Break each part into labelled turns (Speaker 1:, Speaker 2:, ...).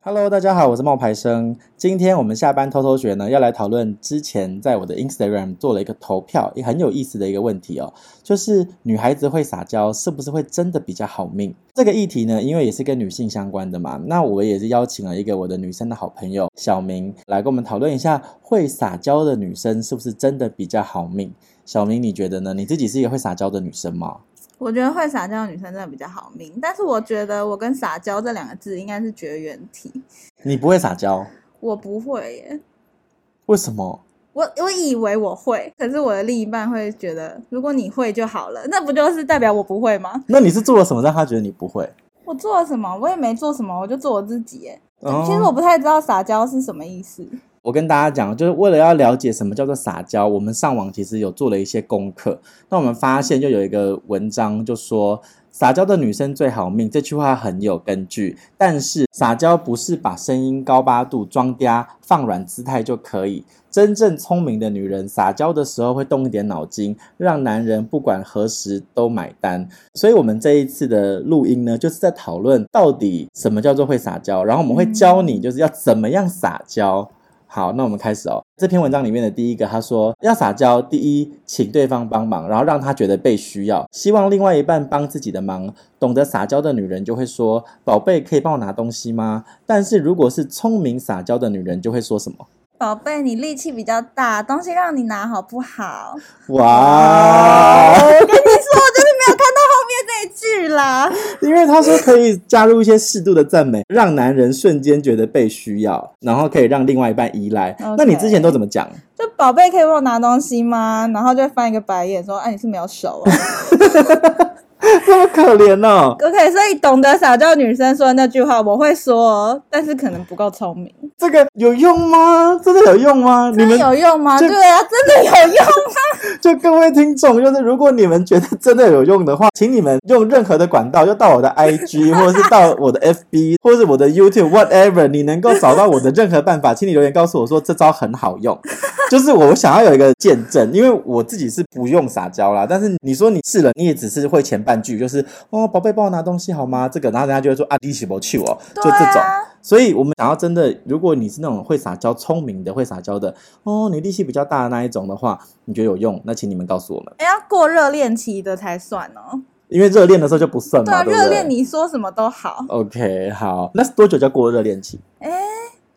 Speaker 1: Hello，大家好，我是冒牌生。今天我们下班偷偷学呢，要来讨论之前在我的 Instagram 做了一个投票，也很有意思的一个问题哦，就是女孩子会撒娇是不是会真的比较好命？这个议题呢，因为也是跟女性相关的嘛，那我也是邀请了一个我的女生的好朋友小明来跟我们讨论一下，会撒娇的女生是不是真的比较好命？小明，你觉得呢？你自己是一个会撒娇的女生吗？
Speaker 2: 我觉得会撒娇的女生真的比较好命，但是我觉得我跟撒娇这两个字应该是绝缘体。
Speaker 1: 你不会撒娇，
Speaker 2: 我不会耶，
Speaker 1: 为什么？
Speaker 2: 我我以为我会，可是我的另一半会觉得，如果你会就好了，那不就是代表我不会吗？
Speaker 1: 那你是做了什么让他觉得你不会？
Speaker 2: 我做了什么？我也没做什么，我就做我自己耶。其实
Speaker 1: 哦
Speaker 2: 我不太知道撒娇是什么意思。
Speaker 1: 我跟大家讲，就是为了要了解什么叫做撒娇，我们上网其实有做了一些功课。那我们发现，就有一个文章就说“撒娇的女生最好命”这句话很有根据，但是撒娇不是把声音高八度、装嗲、放软姿态就可以。真正聪明的女人，撒娇的时候会动一点脑筋，让男人不管何时都买单。所以，我们这一次的录音呢，就是在讨论到底什么叫做会撒娇，然后我们会教你就是要怎么样撒娇。好，那我们开始哦。这篇文章里面的第一个，他说要撒娇，第一，请对方帮忙，然后让他觉得被需要，希望另外一半帮自己的忙。懂得撒娇的女人就会说：“宝贝，可以帮我拿东西吗？”但是如果是聪明撒娇的女人，就会说什么？
Speaker 2: 宝贝，你力气比较大，东西让你拿好不好？
Speaker 1: 哇！
Speaker 2: 我跟你说，我就是没有看到后面这一句啦。
Speaker 1: 因为他说可以加入一些适度的赞美，让男人瞬间觉得被需要，然后可以让另外一半依赖。
Speaker 2: OK
Speaker 1: 那你之前都怎么讲？
Speaker 2: 就宝贝可以帮我拿东西吗？然后就翻一个白眼说：“哎、你是没有手啊。
Speaker 1: 这么可怜哦！”
Speaker 2: OK，所以懂得撒娇女生说的那句话，我会说哦，但是可能不够聪明。
Speaker 1: 这个有用吗？真的有用吗？你
Speaker 2: 真
Speaker 1: 们
Speaker 2: 的有用吗？
Speaker 1: 这
Speaker 2: 对啊，真的有用。
Speaker 1: 就各位听众，就是如果你们觉得真的有用的话，请你们用任何的管道，就到我的 IG，或者是到我的 FB，或者是我的 YouTube，whatever，你能够找到我的任何办法，请你留言告诉我说这招很好 用。就是我想要有一个见证，因为我自己是不用撒娇啦，但是你说你试了，你也只是会前半句，就是哦，宝贝，帮我拿东西好吗？这个，然后人家就会说啊，你喜不去哦，就这
Speaker 2: 对
Speaker 1: 种。
Speaker 2: 啊，
Speaker 1: 所以我们想要真的，如果你是那种会撒娇、聪明的、会撒娇的，哦，你力气比较大的那一种的话，你觉得有用，那请你们告诉我们，
Speaker 2: 哎要过热恋期的才算哦。
Speaker 1: 因为热恋的时候就不算
Speaker 2: 对啊，
Speaker 1: 嘛，对不
Speaker 2: 热
Speaker 1: 对？
Speaker 2: 恋你说什么都好，哎
Speaker 1: OK，好，那多久叫过热恋期？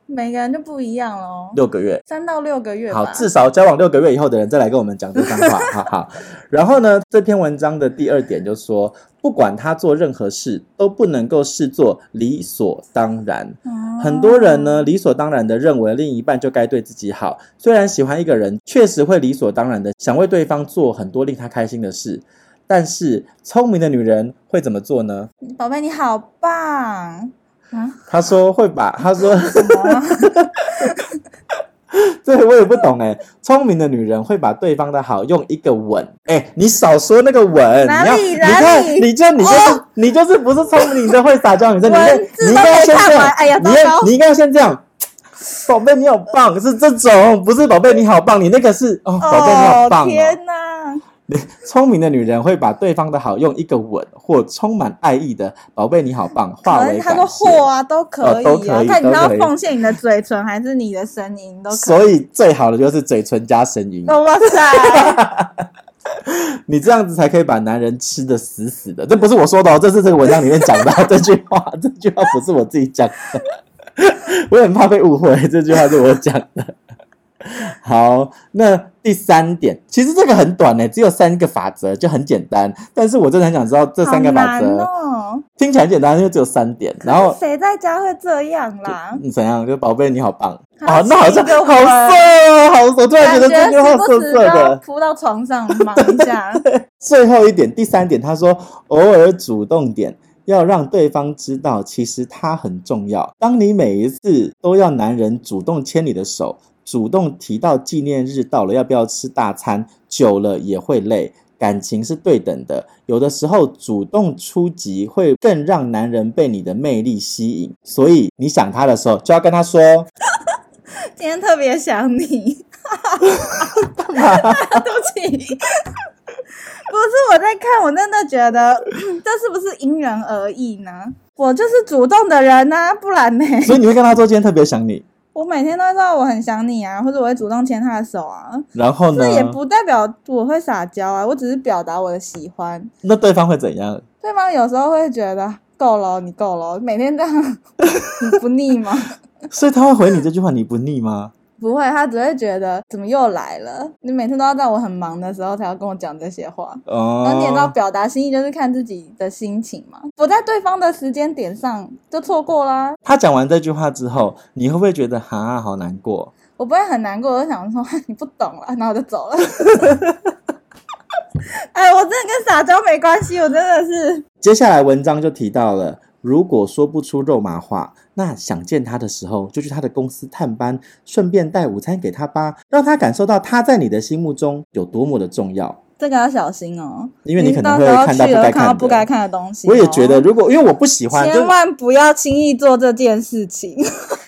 Speaker 2: 每个人就不一样喽。
Speaker 1: 六个月。
Speaker 2: 三到六个月哦吧。
Speaker 1: 好，至少交往六个月以后的人再来跟我们讲这番 话，哈哈。然后呢，这篇文章的第二点就说，不管他做任何事，都不能够视作理所当然。
Speaker 2: 哦
Speaker 1: 很多人呢，，理所当然的认为另一半就该对自己好。虽然喜欢一个人，确实会理所当然的想为对方做很多令他开心的事，但是聪明的女人会怎么做呢？
Speaker 2: 宝贝你好棒。
Speaker 1: 她说会 把，她说
Speaker 2: 什么啊
Speaker 1: 这个我也不懂哎。聪明的女人会把对方的好用一个吻，哎，你少说那个吻，你
Speaker 2: 哪
Speaker 1: 要
Speaker 2: 里
Speaker 1: 你
Speaker 2: 哪
Speaker 1: 看，
Speaker 2: 里哦
Speaker 1: 你就你就是、你就是不是聪明的会撒娇女生，你应该
Speaker 2: 文字
Speaker 1: 你应
Speaker 2: 都
Speaker 1: 该
Speaker 2: 没
Speaker 1: 先
Speaker 2: 看
Speaker 1: 这样
Speaker 2: 完，， 哎呀，
Speaker 1: 你
Speaker 2: 糟
Speaker 1: 要
Speaker 2: 糕。
Speaker 1: 你应该要先这样，宝贝你好棒，是这种，不是宝贝你好棒，你那个是哦，宝贝你好棒、哦。
Speaker 2: 天哪！
Speaker 1: 聪明的女人会把对方的好用一个吻或充满爱意的“宝贝你好棒”化
Speaker 2: 可
Speaker 1: 为
Speaker 2: 能他
Speaker 1: 感
Speaker 2: 说
Speaker 1: 谢
Speaker 2: 货。啊，都可
Speaker 1: 哦
Speaker 2: 以
Speaker 1: 都可
Speaker 2: 啊，
Speaker 1: 以
Speaker 2: 看你
Speaker 1: 都
Speaker 2: 是要
Speaker 1: 可以
Speaker 2: 奉献你的嘴唇还是你的声音都可以。
Speaker 1: 所以最好的就是嘴唇加声音，
Speaker 2: 哦哇塞，
Speaker 1: 你这样子才可以把男人吃的死死的。这不是我说的哦，这是这个文章里面讲的 哦这句话，这句话不是我自己讲的，我很怕被误会，这句话是我讲的。好，那第三点，其实这个很短欸呢，只有三个法则，就很简单。但是我真的很想知道 这三个法则、
Speaker 2: 好难哦。
Speaker 1: 听起来很简单，因为只有三点。然后
Speaker 2: 谁在家会这样啦？
Speaker 1: 你怎样？就宝贝，你好棒
Speaker 2: 好
Speaker 1: 啊！那好像
Speaker 2: 亲一个
Speaker 1: 好
Speaker 2: 吻
Speaker 1: 色哦，好，我突然觉
Speaker 2: 感
Speaker 1: 得这
Speaker 2: 觉
Speaker 1: 句话
Speaker 2: 时
Speaker 1: 色
Speaker 2: 不时
Speaker 1: 色
Speaker 2: 都要
Speaker 1: 的。
Speaker 2: 扑到床上忙一 下。
Speaker 1: 最后一点，第三点，他说偶尔主动点，要让对方知道其实他很重要。当你每一次都要男人主动牵你的手，主动提到纪念日到了要不要吃大餐，久了也会累。感情是对等的，有的时候主动出击会更让男人被你的魅力吸引，所以你想他的时候就要跟他说。
Speaker 2: 今天特别想你。 对不起， 不是我在看，我真的觉得这是不是因人而异呢？我就是主动的人呐、不然呢？
Speaker 1: 所以你会跟他说今天特别想你，
Speaker 2: 我每天都知道我很想你啊，或者我会主动牵他的手啊。
Speaker 1: 然后呢
Speaker 2: 这？也不代表我会撒娇啊，我只是表达我的喜欢。
Speaker 1: 那对方会怎样？
Speaker 2: 对方有时候会觉得够了，你够了，每天这样 你不腻 吗？
Speaker 1: 所以他会回你这句话，你不腻吗？
Speaker 2: 不会，他只会觉得怎么又来了？你每次都要在我很忙的时候才要跟我讲这些话。
Speaker 1: 哦
Speaker 2: 然，后你也知道，表达心意就是看自己的心情嘛，不在对方的时间点上就错过啦。
Speaker 1: 他讲完这句话之后，你会不会觉得哈好难过？
Speaker 2: 我不会很难过，我就想说 你不懂了，然后我就 走了。哎，我真的跟撒娇没关系，我真的是
Speaker 1: 接下来文章就提到了，如果说不出肉麻话，那想见他的时候就去他的公司探班，顺便带午餐给他吧，让他感受到他在你的心目中有多么的重要。
Speaker 2: 这个要小心哦，
Speaker 1: 因为你可能
Speaker 2: 到
Speaker 1: 会
Speaker 2: 时候
Speaker 1: 看到
Speaker 2: 去
Speaker 1: 不
Speaker 2: 了
Speaker 1: 该
Speaker 2: 看
Speaker 1: 看
Speaker 2: 到
Speaker 1: 的，
Speaker 2: 不该看的东西哦、
Speaker 1: 我也觉得，如果因为我不喜欢，就
Speaker 2: 千万不要轻易做这件事 情。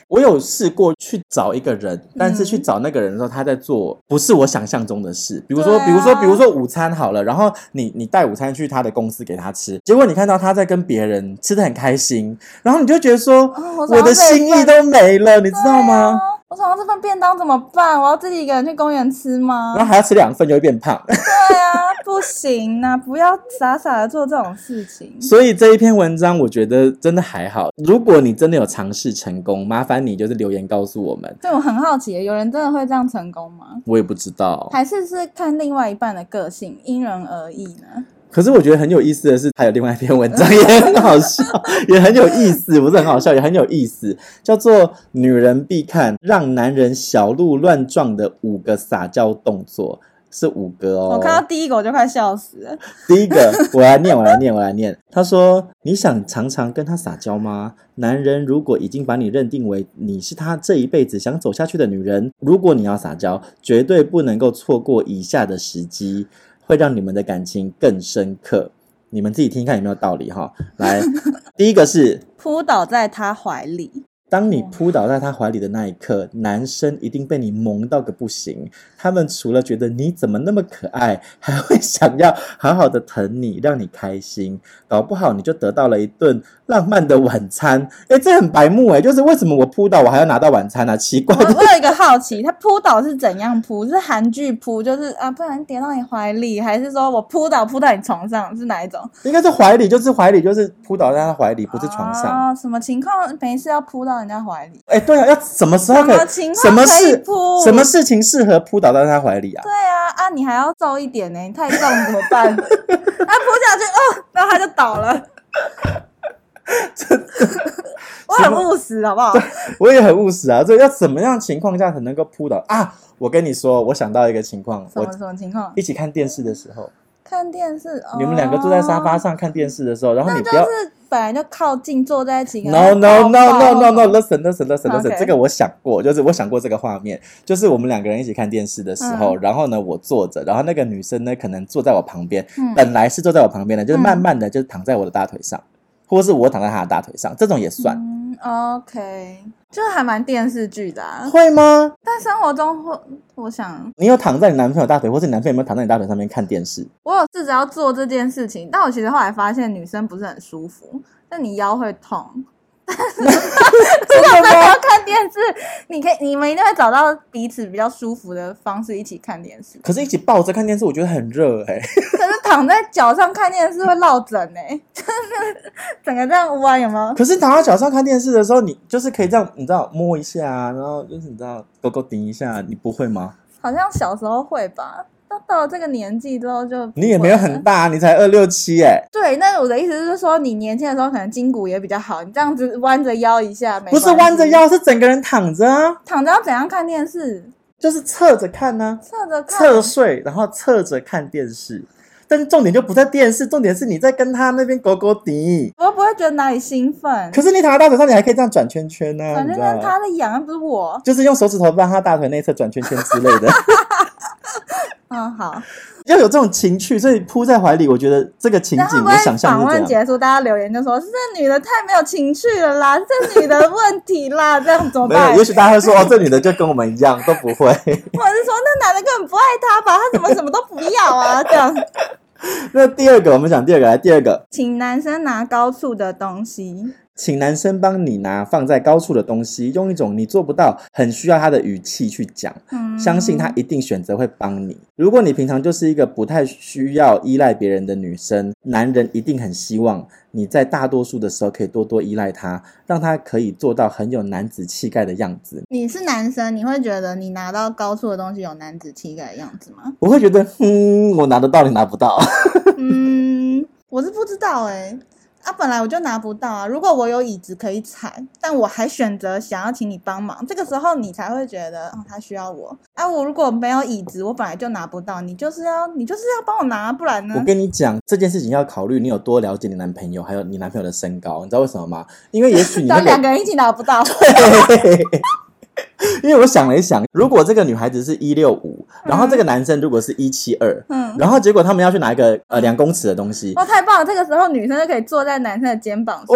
Speaker 1: 我有试过去找一个人，但是
Speaker 2: 嗯
Speaker 1: 去找那个人的时候，他在做不是我想象中的事。比如说，
Speaker 2: 对啊
Speaker 1: 比如说，比如说午餐好了，然后你你带午餐去他的公司给他吃，结果你看到他在跟别人吃的很开心，然后你就觉得说，
Speaker 2: 啊
Speaker 1: 我的心意都没了，你知
Speaker 2: 知
Speaker 1: 道吗？？
Speaker 2: 我想到这份便当怎么办？我要自己一个人去公园吃吗？
Speaker 1: 然后还要吃两份就会变胖，
Speaker 2: 对啊，不行啊，不要傻傻的做这种事情。
Speaker 1: 所以这一篇文章我觉得真的还好。如果你真的有尝试成功，麻烦你就是留言告诉我们，
Speaker 2: 对，我很好奇，有人真的会这样成功吗？
Speaker 1: 我也不知道。
Speaker 2: 还是是看另外一半的个性，因人而异呢？
Speaker 1: 可是我觉得很有意思的是，还有另外一篇文章也很好笑，也很有意思，不是很好笑，也很有意思，叫做“女人必看让男人小鹿乱撞的五个撒娇动作”，是五个哦。
Speaker 2: 我看到第一个我就快笑死了。
Speaker 1: 第一个， 我来念，我来念，我来念。他说：“你想常常跟他撒娇吗？男人如果已经把你认定为你是他这一辈子想走下去的女人，如果你要撒娇，绝对不能够错过以下的时机，会让你们的感情更深刻。你们自己听看有没有道理哈。来， 第一个是
Speaker 2: 扑倒在他怀 里，
Speaker 1: 当你扑倒在他怀里的那一刻，男生一定被你萌到个不行。他们除了觉得你怎么那么可爱， 还会想要好好的疼你，让你开心。搞不好你就得到了一顿浪漫的晚餐。诶，这很白目诶，就是为什么我扑倒我还要拿到晚餐啊？奇怪
Speaker 2: 我我有一个好奇，他扑倒是怎样扑？是韩剧扑，就是啊，不然跌到你怀里，还是说我扑倒扑到你床上，是哪一种？
Speaker 1: 应该是怀里，就是怀里，就是扑倒在他怀里，不是床上。
Speaker 2: 啊、什么情况没事要扑到人家怀里？
Speaker 1: 诶，对啊，要什么时候
Speaker 2: 什
Speaker 1: 可以
Speaker 2: 么？情
Speaker 1: 什
Speaker 2: 况
Speaker 1: 么
Speaker 2: 可以
Speaker 1: 事
Speaker 2: 扑？
Speaker 1: 什么？事情适合扑倒在他怀里啊？
Speaker 2: 对啊，啊，你还要重一点呢，你太重怎么办？啊， 扑下去哦，然后他就倒 了。我很务实，好不好？
Speaker 1: 我也很务实啊，所以要怎么样情况下才能够扑倒啊？我跟你说，我想到一个情况，
Speaker 2: 什
Speaker 1: 我
Speaker 2: 么什么情况？
Speaker 1: 一起看电视的时候，
Speaker 2: 看电视，哦
Speaker 1: 你们两个坐在沙发，上看电视的时候，然后你
Speaker 2: 就
Speaker 1: 不要。
Speaker 2: 是本来就靠近坐在一起。可
Speaker 1: No no
Speaker 2: 能
Speaker 1: no
Speaker 2: 抱抱
Speaker 1: no no no listen listen listen listen，、
Speaker 2: Okay
Speaker 1: 这个我想过，就是我想过这个画面，就是我们两个人一起看电视的时候，
Speaker 2: 嗯
Speaker 1: 然后呢我坐着，然后那个女生呢可能坐在我旁边，
Speaker 2: 嗯
Speaker 1: 本来是坐在我旁边的，就是
Speaker 2: 嗯
Speaker 1: 慢慢的就是躺在我的大腿上，或是我躺在她的大腿上，这种也算、
Speaker 2: 嗯，OK，就是还蛮电视剧的啊。
Speaker 1: 会吗？
Speaker 2: 但生活中会，我想
Speaker 1: 你有躺在你男朋友大腿，或是你男朋友有没有躺在你大腿上面看电视？
Speaker 2: 我有试着要做这件事情，但我其实后来发现女生不是很舒服，但你腰会痛。但是真的没有看电视，你可以你们一定会找到彼此比较舒服的方式一起看电视。
Speaker 1: 可是，一起抱着看电视，我觉得很热哎、
Speaker 2: 可是躺在脚上看电视会落枕哎、就是整个这样弯有没有？
Speaker 1: 可是躺在脚上看电视的时候，你就是可以这样，你知道摸一下啊，然后就是你知道勾勾顶一下，你不会吗？
Speaker 2: 好像小时候会吧，到到了这个年纪之后就不
Speaker 1: 你也没有很
Speaker 2: 会了。
Speaker 1: 大、啊，你才二六七哎，
Speaker 2: 对，那我的意思是说，你年轻的时候可能筋骨也比较好，你这样子弯着腰一下，没
Speaker 1: 不是
Speaker 2: 关系
Speaker 1: 弯着，腰，是整个人躺着啊，
Speaker 2: 躺着要怎样看电视？
Speaker 1: 就是侧着看呢、
Speaker 2: 侧着看，
Speaker 1: 侧睡，然后侧着看电视。但是重点就不在电视，重点是你在跟他那边勾勾顶。
Speaker 2: 我又不会觉得哪里兴奋，
Speaker 1: 可是你躺在大腿上，你还可以这样转圈圈呢、啊，
Speaker 2: 反
Speaker 1: 你
Speaker 2: 正
Speaker 1: 知道
Speaker 2: 那
Speaker 1: 吗？
Speaker 2: 他在痒，又不是我。
Speaker 1: 就是用手指头帮他大腿内侧转圈圈之类的。
Speaker 2: 嗯，好。
Speaker 1: 要有这种情趣，所以扑在怀里，我觉得这个情
Speaker 2: 然
Speaker 1: 景
Speaker 2: 后
Speaker 1: 我
Speaker 2: 会
Speaker 1: 想象
Speaker 2: 访问
Speaker 1: 是这样。
Speaker 2: 结束，大家留言就说：“这女的太没有情趣了啦，这女的问题啦，这样怎么
Speaker 1: 没有，
Speaker 2: 办？”或者
Speaker 1: 也
Speaker 2: 是
Speaker 1: 许大家会说哦，这女的就跟我们一样， 都不会。
Speaker 2: 说那男的根本不爱她吧，她怎么什么都不要啊？这样
Speaker 1: 那第二个，我们讲第二个，来第二个，
Speaker 2: 请男生拿高处的东西，
Speaker 1: 请男生帮你拿放在高处的东西，用一种你做不到、很需要他的语气去讲，
Speaker 2: 嗯，
Speaker 1: 相信他一定选择会帮你。如果你平常就是一个不太需要依赖别人的女生，男人一定很希望你在大多数的时候可以多多依赖他，让他可以做到很有男子气概的样子。
Speaker 2: 你是男生，你会觉得你拿到高处的东西有男子气概的样子吗？
Speaker 1: 我会觉得，嗯，我拿得到，你拿不到。
Speaker 2: 嗯，我是不知道哎、啊，本来我就拿不到啊。如果我有椅子可以踩，但我还选择想要请你帮忙，这个时候你才会觉得哦，他需要我。啊，我如果没有椅子，我本来就拿不到，你就是要你就是要帮我拿，啊不然呢
Speaker 1: 我？跟你讲，这件事情要考虑你有多了解你男朋友，还有你男朋友的身高。你知道为什么吗？因为也许 你
Speaker 2: 但
Speaker 1: 那
Speaker 2: 两
Speaker 1: 个，
Speaker 2: 个人一起拿不到，
Speaker 1: 因为我想了一想，如果这个女孩子是一六五，然后这个男生如果是一七二，
Speaker 2: 嗯，
Speaker 1: 然后结果他们要去拿一个呃两公尺的东西，
Speaker 2: 哦，太棒了！这个时候女生就可以坐在男生的肩膀
Speaker 1: 哦
Speaker 2: 上，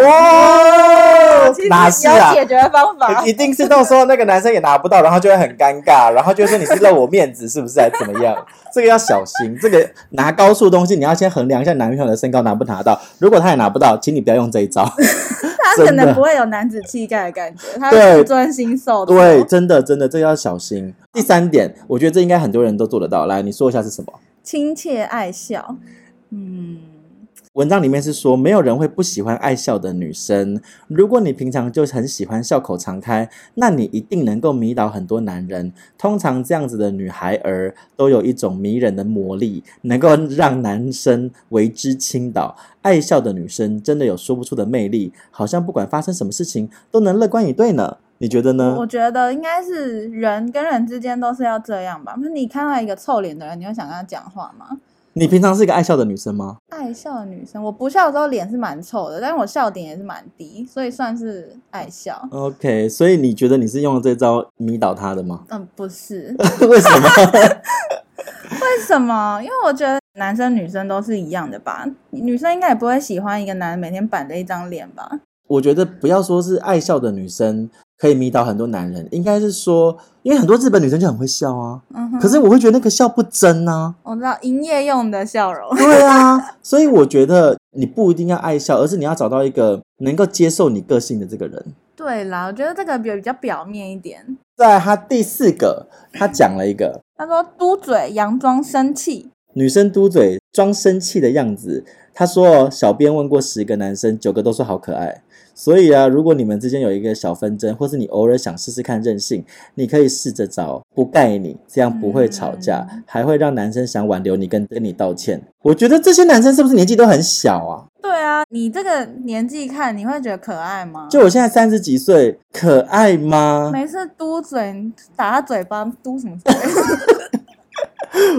Speaker 2: 哦其，实
Speaker 1: 哪是啊哎
Speaker 2: 有？解决方法
Speaker 1: 一。定是到时候那个男生也拿不到，然后就会很尴尬，然后就会说你是露我面子是不是，还是怎么样？ 这个要小心。这个拿高数东西，你要先衡量一下男朋友的身高拿不拿到。如果他也拿不到，请你不要用这一招。
Speaker 2: 他可能不会有男子气概的感觉，他
Speaker 1: 对
Speaker 2: 自尊心受挫。
Speaker 1: 对，真的真的，这个要小心。第三点，我觉得这应该很多人都做得到。来，你说一下是什么？
Speaker 2: 亲切爱笑，嗯，
Speaker 1: 文章里面是说，没有人会不喜欢爱笑的女生。如果你平常就很喜欢笑口常开，那你一定能够迷倒很多男人。通常这样子的女孩儿都有一种迷人的魔力，能够让男生为之倾倒。爱笑的女生真的有说不出的魅力，好像不管发生什么事情都能乐观以对呢。你觉得呢
Speaker 2: 我？觉得应该是人跟人之间都是要这样吧。那你看到一个臭脸的人，你会想跟他讲话吗？
Speaker 1: 你平常是一个爱笑的女生吗？
Speaker 2: 爱笑的女生，我不笑的时候脸是蛮臭的，但是我笑点也是蛮低，所以算是爱笑。
Speaker 1: OK，所以你觉得你是用这招迷倒他的吗？
Speaker 2: 嗯，不是，
Speaker 1: 为什么？
Speaker 2: 为什么？因为我觉得男生女生都是一样的吧，女生应该也不会喜欢一个男人每天板着一张脸吧。
Speaker 1: 我觉得不要说是爱笑的女生可以迷倒很多男人，应该是说，因为很多日本女生就很会笑啊。
Speaker 2: 嗯哼，
Speaker 1: 可是我会觉得那个笑不真啊，
Speaker 2: 我知道营业用的笑容，
Speaker 1: 对啊，所以我觉得你不一定要爱笑，而是你要找到一个能够接受你个性的这个人。
Speaker 2: 对啦，我觉得这个比比较表面一点。
Speaker 1: 在他第四个，他讲了一个
Speaker 2: 他说嘟嘴，佯装生气，
Speaker 1: 女生嘟嘴装生气的样子。她说哦：“小编问过十个男生，九个都说好可爱。所以啊，如果你们之间有一个小纷争，或是你偶尔想试试看任性，你可以试着找不盖你，这样不会吵架，
Speaker 2: 嗯
Speaker 1: 还会让男生想挽留你跟跟你道歉。我觉得这些男生是不是年纪都很小啊？
Speaker 2: 对啊，你这个年纪看，你会觉得可爱吗？
Speaker 1: 就我现在三十几岁，可爱吗？
Speaker 2: 每次嘟嘴，你打他嘴巴，嘟什么 嘴？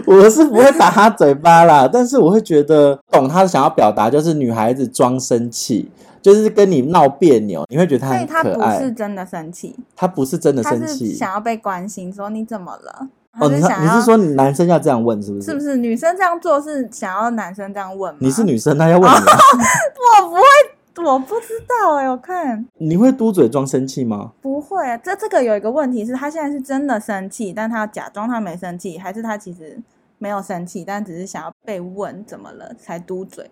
Speaker 1: 我是不会打他嘴巴啦，但是我会觉得懂他想要表达，就是女孩子装生气，就是跟你闹别扭，你会觉得她
Speaker 2: 所以
Speaker 1: 很
Speaker 2: 他
Speaker 1: 可
Speaker 2: 不
Speaker 1: 爱。
Speaker 2: 是真的生气，
Speaker 1: 他不是真的
Speaker 2: 他
Speaker 1: 生
Speaker 2: 是
Speaker 1: 气
Speaker 2: 想要被关心，说你怎么了？
Speaker 1: 哦，你
Speaker 2: 他是
Speaker 1: 看
Speaker 2: 想
Speaker 1: 你
Speaker 2: 要
Speaker 1: 是说你男生要这样问是不是？
Speaker 2: 是不是女生这样做是想要男生这样问吗？
Speaker 1: 你是女生，他要问你啊，
Speaker 2: 我不会，我不知道哎、我看
Speaker 1: 你会嘟嘴装生气吗？
Speaker 2: 不会、啊。这这个有一个问题是，他现在是真的生气，但他要假装他没生气，还是他其实没有生气，但只是想要被问怎么了才嘟嘴？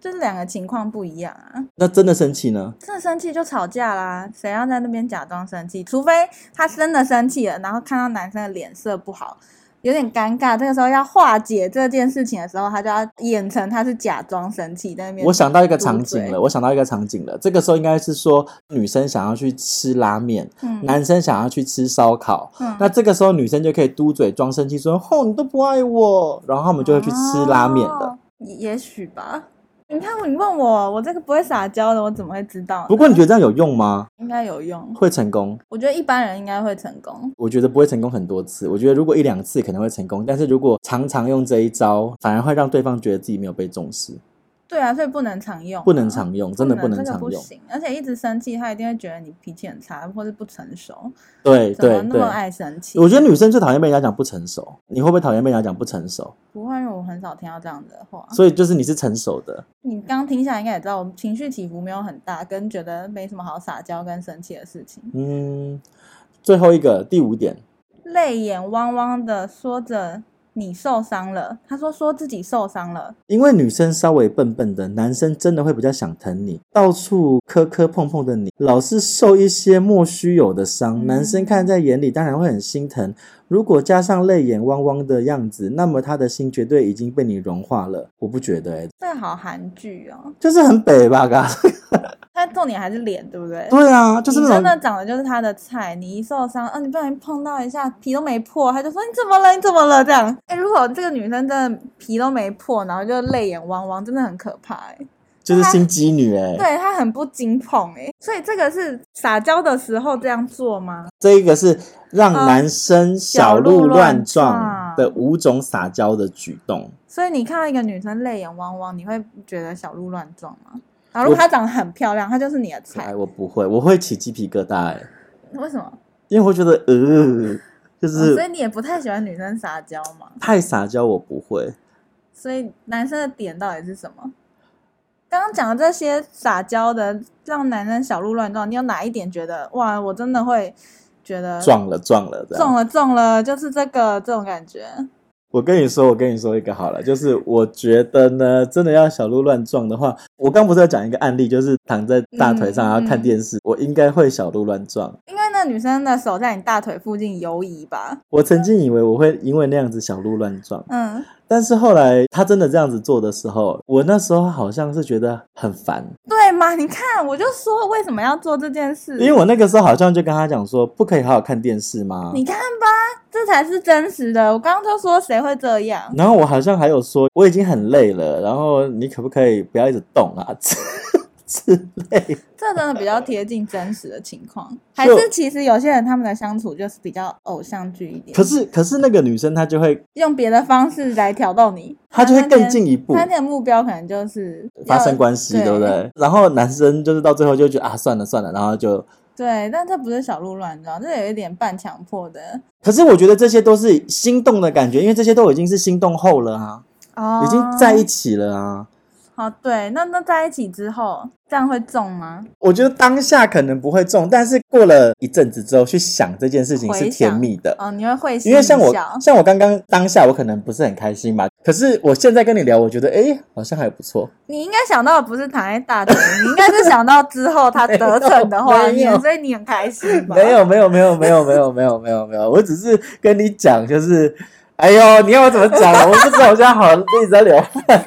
Speaker 2: 这两个情况不一样啊。
Speaker 1: 那真的生气呢？
Speaker 2: 真的生气就吵架啦，谁要在那边假装生气？除非他真的生气了，然后看到男生的脸色不好，有点尴尬，这个时候要化解这件事情的时候，他就要演成他是假装生气在那边。
Speaker 1: 我想到一个场
Speaker 2: 嘟嘴
Speaker 1: 景了，我想到一个场景了。这个时候应该是说女生想要去吃拉面，
Speaker 2: 嗯，
Speaker 1: 男生想要去吃烧烤。
Speaker 2: 嗯
Speaker 1: 那这个时候女生就可以嘟嘴装生气，说“哦，你都不爱我”，然后他们就会去吃拉面了。
Speaker 2: 哦也也许吧。你看，你问我，我这个不会撒娇的，我怎么会知道呢？
Speaker 1: 不过你觉得这样有用吗？
Speaker 2: 应该有用，
Speaker 1: 会成功？
Speaker 2: 我觉得一般人应该会成功。
Speaker 1: 我觉得不会成功很多次，我觉得如果一两次可能会成功，但是如果常常用这一招，反而会让对方觉得自己没有被重视，
Speaker 2: 对啊，所以不能常用啊，
Speaker 1: 不能常用，真的不
Speaker 2: 不
Speaker 1: 能
Speaker 2: 这个
Speaker 1: 常
Speaker 2: 不
Speaker 1: 用。
Speaker 2: 行。而且一直生气，他一定会觉得你脾气很差，或是不成熟。
Speaker 1: 对
Speaker 2: 怎么
Speaker 1: 对
Speaker 2: 那
Speaker 1: 对
Speaker 2: 么，爱生气？
Speaker 1: 我觉得女生最讨厌被人家讲不成熟，你会不会讨厌被人家讲不成熟？
Speaker 2: 不会，因为我很少听到这样的话。
Speaker 1: 所以就是你是成熟的，
Speaker 2: 你刚听下来应该也知道，我们情绪起伏没有很大，跟觉得没什么好撒娇跟生气的事情。
Speaker 1: 嗯。最后一个第五点，
Speaker 2: 泪眼汪汪的说着你受伤了，他说说自己受伤了，
Speaker 1: 因为女生稍微笨笨的，男生真的会比较想疼你，到处磕磕碰碰的你，老是受一些莫须有的伤，
Speaker 2: 嗯
Speaker 1: 男生看在眼里，当然会很心疼。如果加上泪眼汪汪的样子，那么他的心绝对已经被你融化了。我不觉得、欸，
Speaker 2: 这个好韩剧哦。
Speaker 1: 就是很北吧，嘎。
Speaker 2: 他重点还是脸，对不对？
Speaker 1: 对啊，就是
Speaker 2: 你
Speaker 1: 那
Speaker 2: 真
Speaker 1: 种
Speaker 2: 的长得就是他的菜，你一受伤，啊，你不小心碰到一下，皮都没破，他就说你怎么了？你怎么了？这样，哎、如果这个女生真的皮都没破，然后就泪眼汪汪，真的很可怕、哎，
Speaker 1: 就是心机女哎、
Speaker 2: 对她很不经捧、哎，所以这个是撒娇的时候这样做吗？
Speaker 1: 这一个是让男生小鹿乱
Speaker 2: 啊
Speaker 1: 撞的五种撒娇的举动。
Speaker 2: 所以你看到一个女生泪眼汪汪，你会觉得小鹿乱撞吗？然后如果她长得很漂亮，她就是你的菜
Speaker 1: 哎，，我不会，我会起鸡皮疙瘩哎、
Speaker 2: 为什么？
Speaker 1: 因为我会觉得呃，就
Speaker 2: 哦所
Speaker 1: 是
Speaker 2: 以你也不太喜欢女生撒娇嘛？
Speaker 1: 太撒娇我不会。
Speaker 2: 所以男生的点到底是什么？刚刚讲的这些撒娇的，让男生小鹿乱撞，你有哪一点觉得哇，我真的会觉得
Speaker 1: 撞啊了撞了这
Speaker 2: 中
Speaker 1: 样。
Speaker 2: 呃了中了，就是这个这种感觉。
Speaker 1: 我跟你说，我跟你说一个好了，就是我觉得呢，真的要小鹿乱撞的话，我刚不是在讲一个案例，就是躺在大腿上
Speaker 2: 嗯
Speaker 1: 然后看
Speaker 2: 嗯
Speaker 1: 电视，我应该会小鹿乱撞。
Speaker 2: 因为那女生的手在你大腿附近游移吧，
Speaker 1: 我曾经以为我会因为那样子小鹿乱撞，
Speaker 2: 嗯，
Speaker 1: 但是后来他真的这样子做的时候，我那时候好像是觉得很烦，
Speaker 2: 对嘛？你看，我就说为什么要做这件事，
Speaker 1: 因为我那个时候好像就跟他讲说，不可以好好看电视吗？
Speaker 2: 你看吧，这才是真实的。我刚刚就说谁会这样，
Speaker 1: 然后我好像还有说我已经很累了，然后你可不可以不要一直动啊 之之类？
Speaker 2: 这真的比较贴近真实的情况。还是其实有些人他们的相处就是比较偶像剧一点。
Speaker 1: 可是可是那个女生她就会
Speaker 2: 用别的方式来挑逗 你，
Speaker 1: 她就会
Speaker 2: 那天
Speaker 1: 更进一步
Speaker 2: 他的目标可能就是
Speaker 1: 发生
Speaker 2: 系，
Speaker 1: 关系，
Speaker 2: 对
Speaker 1: 对不对？然后男生就是到最后就觉得啊算了算了，然后就。
Speaker 2: 对，但这不是小鹿乱撞，这有一点半强迫的
Speaker 1: 可是我觉得这些都是心动的感觉，因为这些都已经是心动后了啊，
Speaker 2: 哦
Speaker 1: 已经在一起了啊。
Speaker 2: 好哦对，那那在一起之后，这样会中吗？
Speaker 1: 我觉得当下可能不会中，但是过了一阵子之后去想这件事情是
Speaker 2: 回想
Speaker 1: 甜蜜的，
Speaker 2: 哦，你会会心
Speaker 1: 因为像我
Speaker 2: 一笑
Speaker 1: 像我刚刚当下我可能不是很开心嘛，可是我现在跟你聊，我觉得诶好像还不错。
Speaker 2: 你应该想到的不是躺在大腿，你应该是想到之后 他得逞的画
Speaker 1: 没有
Speaker 2: 面，所以你很开心吧？
Speaker 1: 没有没有没有没有没有没有没有没有，我只是跟你讲，就是哎呦，你要我怎么讲啊？我不知道，我现在好一直在流汗。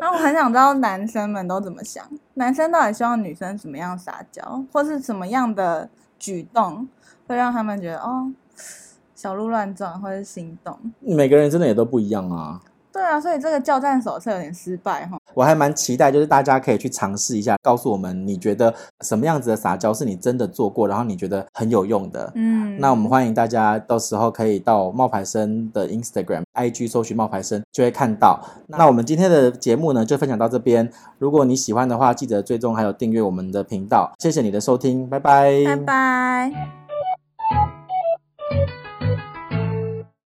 Speaker 2: 那我很想知道男生们都怎么想，男生到底希望女生怎么样撒娇，或是怎么样的举动会让他们觉得哦，小鹿乱撞或是心动？
Speaker 1: 每个人真的也都不一样啊。
Speaker 2: 对啊，所以这个教战手册有点失败哈。
Speaker 1: 我还蛮期待，就是大家可以去尝试一下，告诉我们你觉得什么样子的撒娇是你真的做过，然后你觉得很有用的。
Speaker 2: 嗯，
Speaker 1: 那我们欢迎大家到时候可以到冒牌生的 Instagram、IG 搜寻冒牌生，就会看到。那我们今天的节目呢，就分享到这边。如果你喜欢的话，记得追踪还有订阅我们的频道。谢谢你的收听，拜拜
Speaker 2: 拜拜。